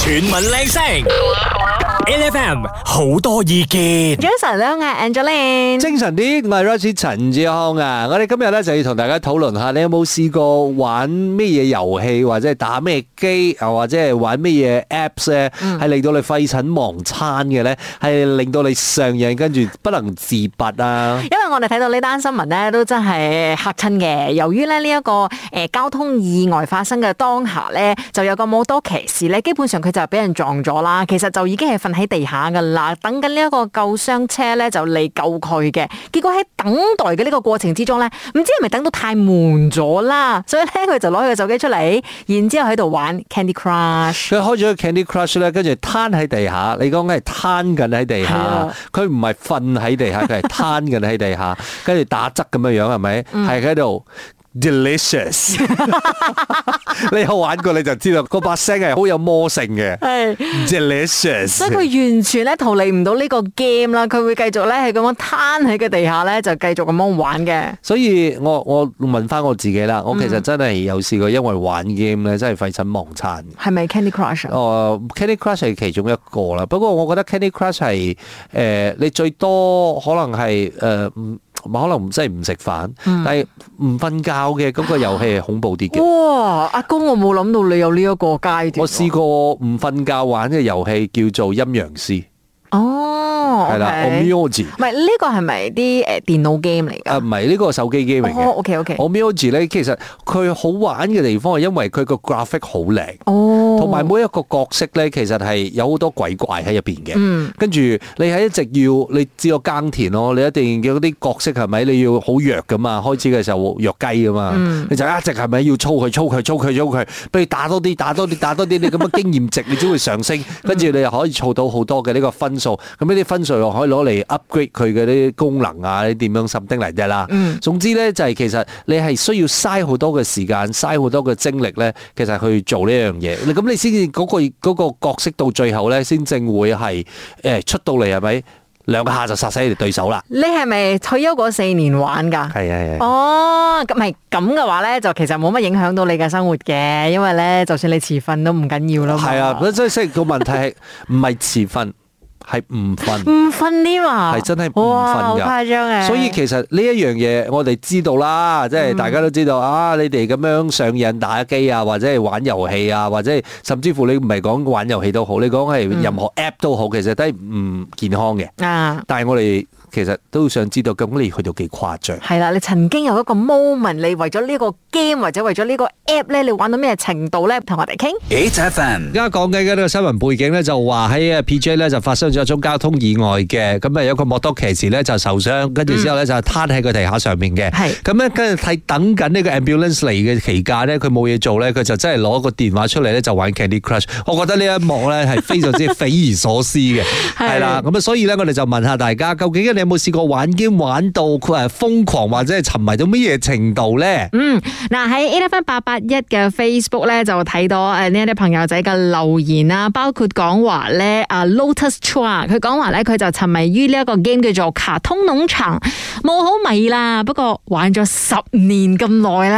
全民靚聲，LFM 好多意見。早晨啦，我係 Angeline。精神啲，我係 Rosie 陳志康啊！我哋今日咧就要同大家討論下，你有冇試過玩咩嘢遊戲，或者係打咩機，又或者係玩咩嘢 Apps 咧，係令到你廢寢忘餐嘅咧，係令到你上癮，跟住不能自拔啊！因為我哋睇到呢單新聞咧，都真係嚇親嘅。由於咧呢一個誒交通意外發生嘅當下咧，就有個摩多騎士咧，基本上佢就俾人撞咗啦。其實就已經係瞓喺地下噶啦，等緊呢一個救傷車咧就嚟救佢嘅。結果喺等待嘅呢個過程之中咧，唔知係咪等到太悶咗啦，所以咧佢就攞佢嘅手機出嚟，然之後喺度玩 Candy Crush。佢開咗個 Candy Crush 咧，跟住攤喺地下。你講緊係攤緊喺地係下啊，佢唔係瞓 喺地下，佢係攤緊喺地下，跟住打側咁樣樣係咪？嗯係喺度。Delicious，你有玩過你就知道，嗰把聲係好有魔性 嘅。係。 Delicious，所以佢完全咧逃離唔到呢個 game 啦，佢會繼續咧係咁樣攤喺個地下咧，就繼續咁樣玩嘅。所以我我問翻我自己啦，我其嗯實真係有試過因為玩 game 咧，真係廢寢忘餐。係咪 Candy Crush 啊？哦，Candy Crush 係其中一個啦。不過我覺得 Candy Crush 係誒、呃你最多可能係誒唔可能唔真係唔食飯，但係唔瞓覺嘅嗰、個遊戲係恐怖啲嘅。哇！阿公，我冇諗到你有呢一個階段喎。哦我試過唔瞓覺玩嘅遊戲叫做陰陽師，哦，係啦 OK o m i o j i 唔係呢個係咪啲誒電腦 game 嚟啊，㗎？唔係呢個手機 game 嚟哦嘅。 ，OK OK。 o m i o j i 咧，其實佢好玩嘅地方係因為佢個 graphic 好靚。哦，同埋每一個角色咧，其實係有好多鬼怪喺入邊嘅。嗯跟住你係一直要你知道耕田咯，你一定要嗰啲角色係咪你要好弱噶嘛？開始嘅時候弱雞噶嘛，嗯你就一直係咪要操佢操佢操佢操佢，不如打多啲打多啲打多啲，你咁嘅經驗值你只會上升，跟住你又可以儲到好多嘅呢個分數，咁呢啲分數又可以攞嚟 upgrade 佢嘅呢啲功能啊，你點樣 something 嚟啫啦。嗯總之咧就係、其實你係需要嘥好多嘅時間，嘥好多嘅精力咧，其實去做呢樣嘢。你咁你先至嗰個嗰、個角色到最後咧，先正會係誒、出到嚟係咪兩下就殺死你哋對手啦？你係咪退休嗰四年玩㗎？係係係。哦，咁咪咁嘅話咧，就其實冇乜影響到你嘅生活嘅，因為咧，就算你遲瞓都唔緊要啦嘛。係啊，即係即係個問題係唔係遲瞓，係唔瞓。唔瞓添啊！係真係唔瞓㗎哇，好誇張啊！所以其實呢一樣嘢我哋知道啦，即係大家都知道、啊，你哋咁樣上癮打機啊，或者係玩遊戲啊，或者係甚至乎你唔係講玩遊戲都好，你講係任何 app 都好，其實都係唔健康嘅。啊，但係我哋其實都想知道，究竟你去到幾誇張？係啦，你曾經有一個 moment，你為咗呢個 game 或者為咗呢個 app 咧，你玩到咩程度咧？同我哋傾。 HFM 而家講緊嘅呢個新聞背景咧，就話喺呃 PJ 咧就發生咗一宗交通意外嘅，咁啊有一個摩托騎士咧就受傷，跟住之後咧就攤喺個地下上面嘅。係咁咧，跟住睇等緊呢個 ambulance 嚟嘅期間咧，佢冇嘢做咧，佢就真係攞個電話出嚟咧就玩 Candy Crush。我覺得呢一幕咧係非常之匪夷所思嘅，係啦。咁啊，所以咧我哋就問下大家，究竟你有冇試過玩 game 玩到佢係瘋狂或者係沉迷到乜嘢程度咧？嗯，嗱喺 A F 八八一嘅 Facebook 咧就睇到誒呢一啲朋友仔嘅留言啦，包括講話咧啊 Lotus Chua，佢講話咧佢就沉迷於呢一個 game 叫做卡通農場，冇好迷啦，不過玩咗十年咁耐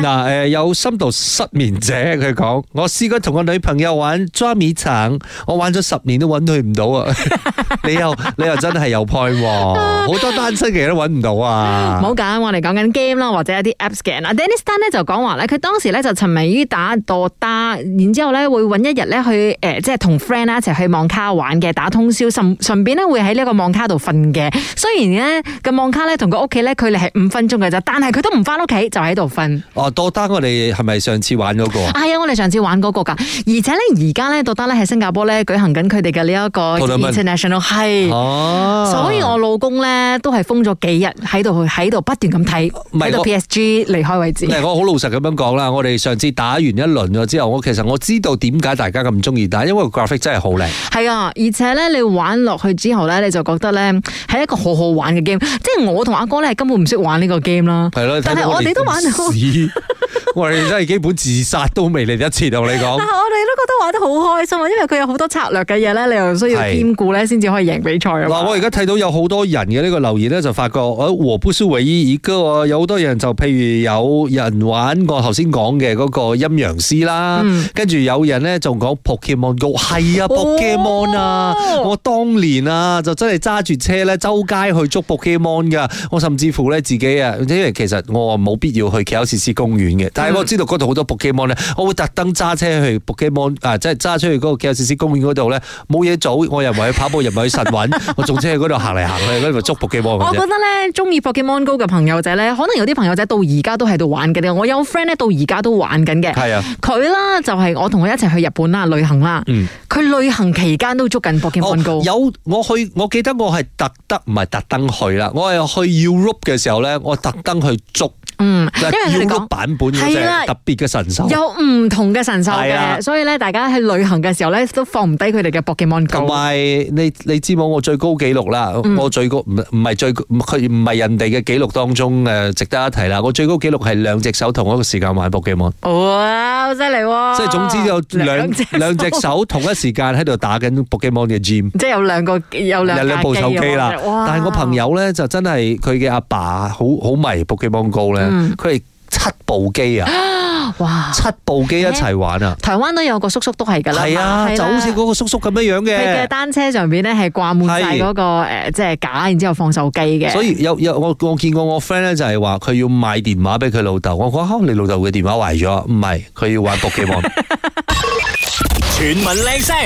咧。嗱，誒有深度失眠者，佢講：我試過同個女朋友玩抓米橙，我玩咗十年都揾佢唔到啊！ 你又你又真係有 point 喎，好 多單身嘅人都揾唔到唔啊！好咁，我哋講緊 game 啦，或者一啲 apps 嘅。嗱，Dennis Tan 咧就講話咧，佢當時咧就沉迷於打 Dota，然之後咧會揾一日咧去誒、呃即係同 friend 啦一齊去網咖玩嘅，打通宵，順順便咧會喺呢個網咖度瞓嘅。雖然咧個網咖咧同佢屋企咧距離係五分鐘嘅咋，但係佢都唔翻屋企，就喺度瞓。哦，多單我哋係咪上次玩 嗰個啊？啊係啊，我哋上次玩嗰個㗎，而且咧而家咧 Dota 咧喺新加坡咧舉行緊佢哋嘅呢一個 Tournament international 係。哦，哎所以我老公咧都係封咗幾日喺度喺度不斷咁睇，唔係睇到我 PSG 離開為止唔。係我好老實咁樣講啦，我哋上次打完一輪咗之後，我其實我知道點解大家咁中意打，因為個 graphic 真係好 靚。係啊，而且咧，你玩落去之後咧，你就覺得咧係一個好好玩嘅 game。即係我同阿哥咧係根本唔識玩呢個 game 啦。係咯，但係睇到我哋都玩到咁屎 我哋真係基本自殺都未嚟得切，同你講但係我哋都覺得玩得好開心啊，因為佢有好多策略嘅嘢咧，你又需要係兼顧咧，先至可以贏比賽啊嗱，嘛我。而家睇到有好多人嘅呢個留言咧，就發覺我和不輸唯一一個喎，有好多人就譬如有人玩我頭先講嘅嗰個陰陽師啦，嗯跟住有人咧仲講 Pokemon Go，係啊 Pokemon 啊，哦我當年啊就真係揸住車咧周街去捉 Pokemon 噶，我甚至乎咧自己啊，因為其實我冇必要去 KLCC 公園嘅，嗯但係我知道嗰度好多 Pokemon 咧，我會特登揸車去 Pokemon 啊，即係揸出去嗰個 KLCC 公園嗰度咧，冇嘢做，我又唔係去跑步，又唔係去實 揾，我仲車去嗰度行嚟行去，嗰度捉 Pokemon 我嘅覺啫。得咧，中意 Pokemon Go 嘅朋友仔咧，可能有啲朋友仔到而家都喺度玩緊嘅。我有 friend 咧，到而家都玩緊嘅。係啊，佢啦就係我同佢一齊去日本啦，旅行啦。嗯佢旅行期間都捉緊 Pokemon 哦 Go。有我去，我記得我係特登唔係特登去啦，我係去 Europe 嘅時候咧，我特登去捉嗯，因為佢哋 Europe 講。版本嗰只係啦特別嘅神獸。有唔同嘅神獸係啊嘅，所以咧，大家喺旅行嘅時候咧，都放唔低佢哋嘅 Pokemon 同 Go。埋你你知冇我最高紀錄啦，我最高唔唔係最高佢唔係人哋嘅紀錄當中誒值得一提啦。我最高紀錄係兩隻手同一個時間玩 Pokemon，哇，好犀利喎！即係總之有哦兩隻兩隻手同一時間喺度打緊 Pokemon 嘅 gym。即係有兩個有兩有兩部手機啦，但係我朋友咧就真係佢嘅阿爸好好迷 Pokemon Go 咧，佢係七部機啊， 哇！七部機一齊玩啊，台灣都有個叔叔都係㗎啦，係啊，就好似嗰個叔叔咁樣樣佢嘅嘅。單車上邊咧係掛滿晒係嗰個誒即係架，然之後放手機嘅。所以有有我我見過我 friend 咧就係話佢要買電話俾佢老豆，我講嚇你老豆嘅電話壞咗，唔係佢要玩 Pokemon。全民靚聲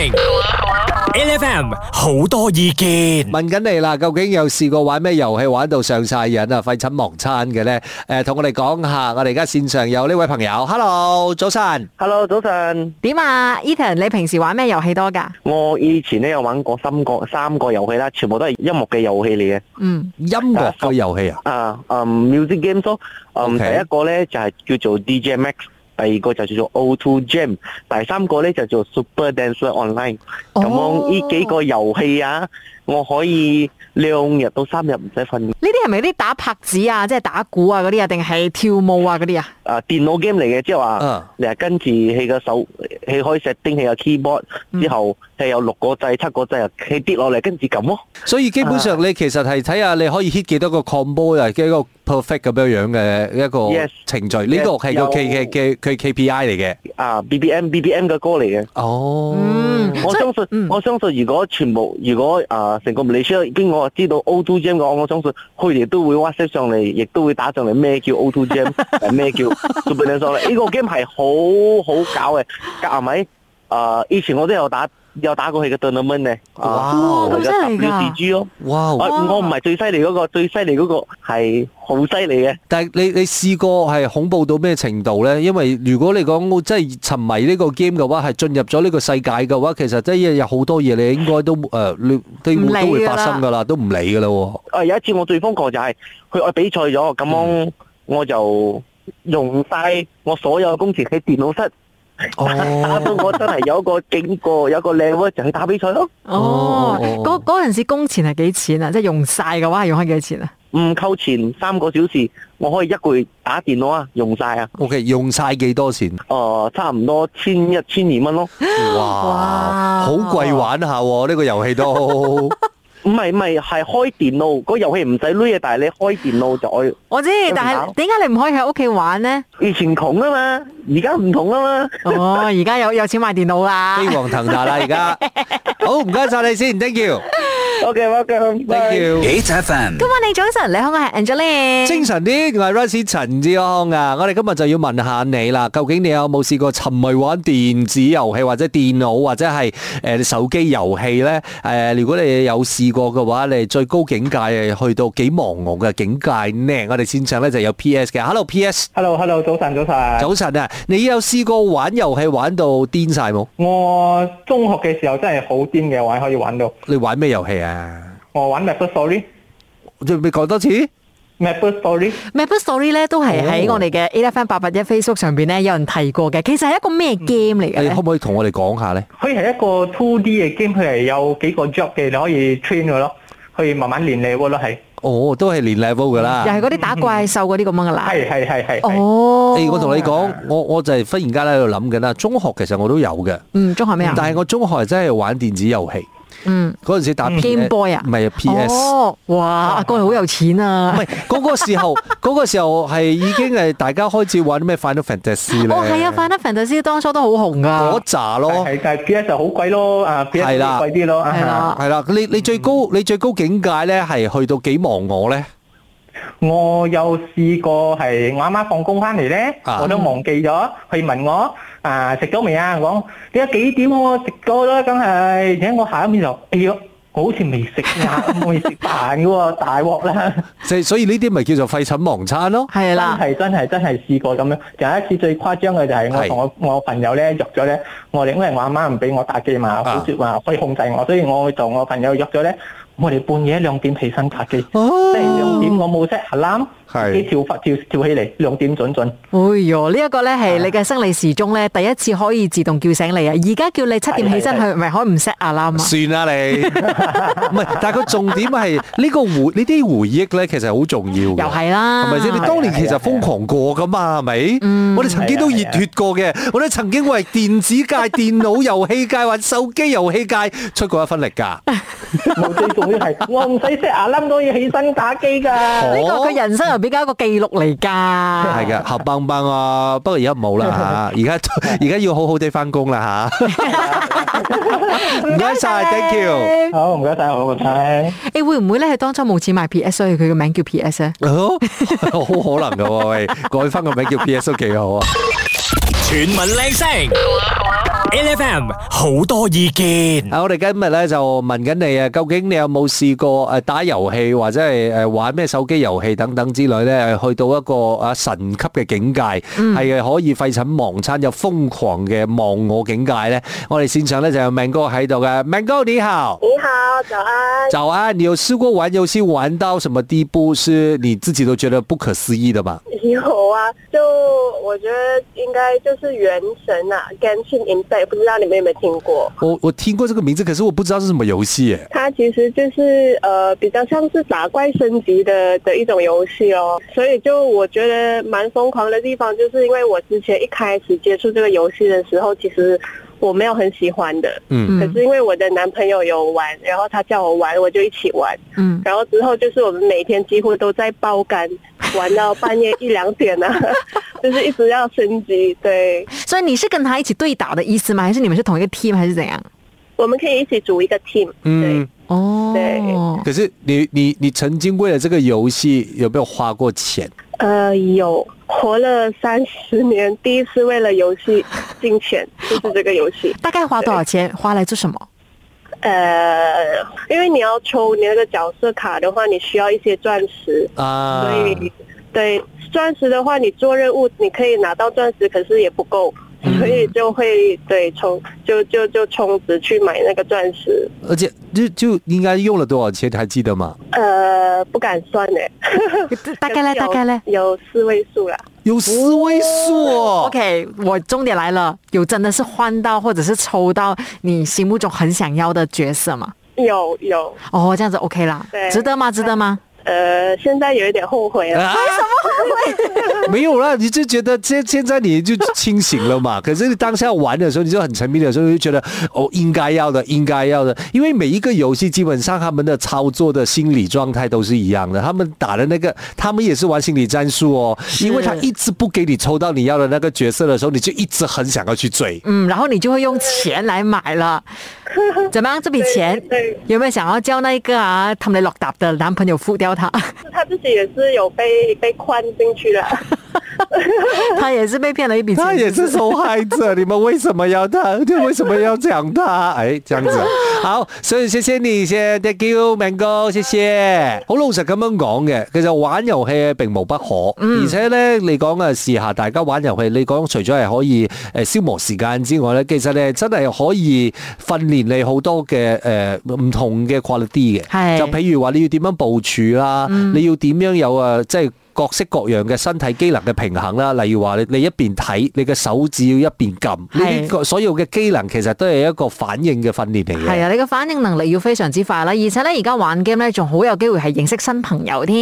，L F M 好多意見。問緊你啦，究竟有試過玩咩遊戲玩到上晒癮啊，廢寢忘餐嘅咧？誒、同我哋講下，我哋而家線上有呢位朋友，Hello，早晨， Hello，早晨。點啊，Ethan，你平時玩咩遊戲多㗎？我以前咧有玩過三個三個遊戲啦，全部都係音樂嘅遊戲嚟嘅。嗯，音樂個遊戲啊，啊，嗯，music games 咯。嗯 OK 第一個咧就係、叫做 DJ Max，第二個就叫做 O2 Jam，第三個咧就叫做 Super Dancer Online。咁樣呢幾個遊戲啊，我可以兩日到三日唔使瞓。呢啲係咪啲打拍子啊，即係打鼓啊嗰啲啊，定係跳舞啊嗰啲啊？啊，電腦 game 嚟嘅，即係嗯話你係跟住佢個手，佢可以 setting 佢個 keyboard 之後，佢有六個掣、七個掣，佢跌落嚟跟住撳咯。所以基本上你其實係睇下你可以 hit 幾多個 combo 啊，幾個 perfect 咁樣樣嘅一個 Yes 程序，呢個係個 K 有 K K 佢 KPI 嚟嘅。啊，BBM BBM 嘅歌嚟嘅。哦，嗯，我所以相信，嗯我相信如果全部如果啊成、個 Malaysia 已經我知道 O2 Jam 嘅話，我相信佢哋都會 WhatsApp 上嚟，亦都會打上嚟咩叫 O2 Jam，誒咩叫 Super Dance 嚟。呢個 game 係好好搞嘅，夾埋啊以前我都有打有打過佢嘅 tournament 咧。啊哇咁犀利㗎 WCG 咯，哇！啊我唔係最犀利嗰個，最犀利嗰個係好犀利嘅。但係你你試過係恐怖到咩程度咧？因為如果你講我真係沉迷呢個 game 嘅話，係進入咗呢個世界嘅話，其實真係有好多嘢你應該都誒、呃你唔都理㗎啦都會發生㗎啦，都唔理㗎啦喎。啊有一次我最瘋狂就係佢我比賽咗，咁樣我就用晒我所有工錢喺電腦室。打到我真係有一個經 過，有一個 level 就去打比賽咯，哦哦哦，嗰嗰陣時工錢係幾錢啊？即係用晒嘅話係用開幾多錢啊？唔扣錢三個小時，我可以一個月打電腦啊，用晒啊， OK，用晒幾多錢？ 誒、差唔多千一千二蚊咯，哇，好貴玩下喎、呢、個遊戲 都。唔係唔係係開電腦，個遊戲唔使攞嘢，但係你開電腦就可以。我知，但係搞點解你唔可以喺屋企玩 呢？以前窮啊嘛，而家唔同啊嘛。哦，而家有有錢買電腦啊啦飛。黃騰達啦，而家好唔該晒你先，thank you，thank OK welcome，拜。 you。 H F M 今晚你早晨，你好，我係 Angeline。精神啲，我係 Rice 陳志康啊！我哋今日就要問下你啦，究竟你有冇試過沉迷玩電子遊戲或者電腦或者係誒、呃手機遊戲呢？誒、如果你有試過嘅話，你最高境界係去到幾忘我嘅境界呢？我哋線上呢就有 PS 嘅，Hello PS， Hello Hello，早晨早晨。早晨啊！你有試過玩遊戲玩到癲晒冇？我中學嘅時候真係好癲嘅玩，可以玩到你玩咩遊戲啊？我玩 Maple Story，Maple 你咪講多次， Story Maple Story 咧都係喺我哋嘅 A F M 八八一 Facebook 上邊咧有人提過嘅，其實係一個咩 game 嚟嘅你咧可唔？可以同我哋講下呢？佢係一個 two D 嘅 game，佢係有幾個 job 嘅，你可以 train 佢咯，去慢慢練你喎咯係。哦，都係連 level 噶啦又。係嗰啲打怪獸嗰啲咁樣噶啦。係係係係係。哦，誒，我同你講，我我就係忽然間喺度諗緊啦。中學其實我都有嘅，嗯，中學咩啊？但係我中學真係玩電子遊戲。嗯嗰陣時打 P- 啊 Game Boy 啊唔係 PS。哦，哇，阿哥你好有錢唔啊！係嗰個時候， 嗰個時候係已經係大家開始玩咩 Final Fantasy 咧。哦，係啊，Final Fantasy 當初都好紅嗰噶，扎咯。係，但係 PS 好貴咯，啊 PS 係啦貴啲咯，啊係嗯啦，係啦，你你最高你最高境界咧係去到幾忘我咧？我有試過係我阿媽放工翻嚟咧，啊我都忘記咗，佢問我啊食咗未啊？我講你家幾點我食咗啦，梗係。而且我下一秒就哎呀，我好似未食晏， 未食飯嘅喎，大鑊啦！就所以呢啲咪叫做廢寢忘餐咯。係真啦，係真係真係試過咁樣。有一次最誇張嘅就係我係同我我朋友咧約咗咧，我哋因為我阿媽唔俾我打機嘛，好似話可以控制我，所以我同我朋友約咗咧，我哋半夜兩點起身打機，即哦係兩點我冇 set alarm，係自己跳發跳跳起嚟，兩點準 準。哎呦，呢一個咧啊係你嘅生理時鐘咧，第一次可以自動叫醒你啊！而家叫你七點起身係係啊去，咪可以唔 set alarm 啊？算 啦你，唔係，但係個重點係呢個回呢啲回憶咧，其實好重要嘅。又係啦，啊係咪先？你當年其實瘋狂過噶嘛，係咪？我哋曾經都熱血過嘅，我哋曾經為電子界、電腦遊戲界或者手機遊戲界出過一分力㗎。冇最重要係我唔使 set alarm 都要起身打機㗎。呢個佢人生又比較一個記錄嚟㗎。係嘅，合棒棒啊！不過而家 冇啦嚇，而家而家要好好地翻工 啦嚇。唔該晒，thank you。好，唔該晒，好唔該晒。你會唔會咧係當初冇錢買 PS，所以佢嘅名叫啊 PS 咧？哦 好可能㗎喎，喂，改翻個名叫 PS 都幾好啊！ chuyển mình lên sóng, LFM, nhiều ý kiến, 啊！我哋今日咧就問緊你啊，究竟你有冇試過誒打遊戲或者係誒玩咩手機遊戲等等之類咧，去到一個啊神級嘅境界，係、可以廢寢忘餐又瘋狂嘅忘我境界咧？我哋線上咧就有明哥喺度嘅，明哥你好，你好，早安。早安！你有試過玩遊戲玩到什麼地步，是你自己都覺得不可思議的嘛？有啊，就我觉得应该就是《原神》啊，《Genshin Impact》，不知道你们有没有听过？我我聽過這個名字，可是我不知道是什麼遊戲耶。它其实就是呃比较像是打怪升级的的一种游戏哦，所以就我觉得蛮疯狂的地方，就是因为我之前一开始接触这个游戏的时候，其实我没有很喜欢的，嗯可是因为我的男朋友有玩，然后他叫我玩，我就一起玩，嗯，然后之后就是我们每天几乎都在爆肝，玩到半夜一两点啊， 就是一直要升级。对，所以你是跟他一起对打的意思吗？還是你们是同一个 team 还是怎樣？我们可以一起组一个 team。嗯对，。哦，可是你你你曾經為了這個遊戲有沒有花過錢？呃，有活了三十年，第一次为了游戏金钱，就是这个游戏。 大概花多少钱？花来做什么？呃，因为你要抽你那个角色卡的话，你需要一些钻石，啊，所以对钻石的话，你做任务你可以拿到钻石，可是也不够，嗯所以就会对充就就就充值去买那个钻石。而且就就应该用了多少钱，还记得吗？呃，不敢算呢， 大概呢？可是有大概呢有四位数啦。有四位数哦。 ？OK，我重点来了，有真的是换到或者是抽到你心目中很想要的角色吗？有有，哦，这样子 OK 啦，对值得吗？值得吗？呃，现在有一点后悔了。啊、没有啦，你就觉得现现在你就清醒了嘛？ 可是你当下玩的时候，你就很沉迷的时候，你就觉得哦，应该要的，应该要的，因为每一个游戏基本上他们的操作的心理状态都是一样的，他们打的那个， 他们也是玩心理战术哦，因为他一直不给你抽到你要的那个角色的时候，你就一直很想要去追。嗯，然后你就会用钱来买 了。怎么样？这笔钱对对有没有想要叫那个啊，他们的 lock up 的男朋友付掉 他？他自己也是有被被框进去啊了。他也是被骗了一笔钱，他也不是受害 者，你们为什么要他？你为什么要讲他？哎，这样子，好，所以谢谢你，先 thank you Mango，谢謝。好老實咁樣講嘅，其實玩遊戲並無不可，而且咧你講啊，時下大家玩遊戲，你講除咗係可以誒消磨時間之外咧，其實你真係可以訓練你好多嘅誒唔同嘅 quality 嘅，係嗯就譬如話你要點樣部署啦，你要點樣有啊，即係。各式各樣嘅身體機能嘅平衡啦。例如話你你一邊睇，你嘅手指要一邊撳，呢係啲個所有嘅機能其實都係一個反應嘅訓練嚟係嘅。啊，你嘅反應能力要非常之快啦，而且咧而家玩 game 咧仲好有機會係認識新朋友添。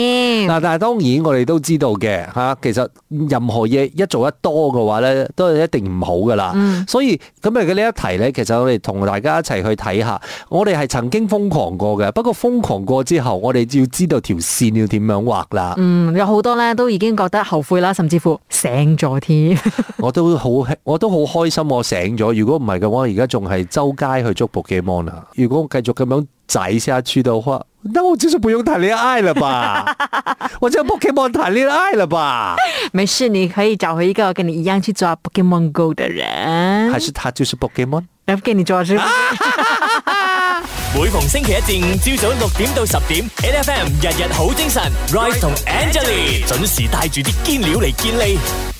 嗱，但係當然我哋都知道嘅嚇，啊其實任何嘢一做得多嘅話咧，都係一定唔好噶啦。嗯所以咁嚟嘅呢一題咧，其實我哋同大家一齊去睇下，我哋係曾經瘋狂過嘅，不過瘋狂過之後，我哋要知道條線要點樣畫啦。嗯，有好多咧都已經覺得後悔啦，甚至乎醒咗添。我都好，我都好開心，我醒咗。如果唔係嘅話，我而家仲係周街去捉 Pokemon 啊！如果我繼續咁樣仔下去的話，那我就是不用談戀愛了吧？我就 Pokemon 談戀愛了吧？沒事，你可以找回一個跟你一樣去抓 Pokemon Go 的人還，是他就是 Pokemon？來跟你抓是吧？每逢星期一至五朝早六點到十點，N F M 日日好精神，Rise 同 Angelie 準時帶住啲堅料嚟健利。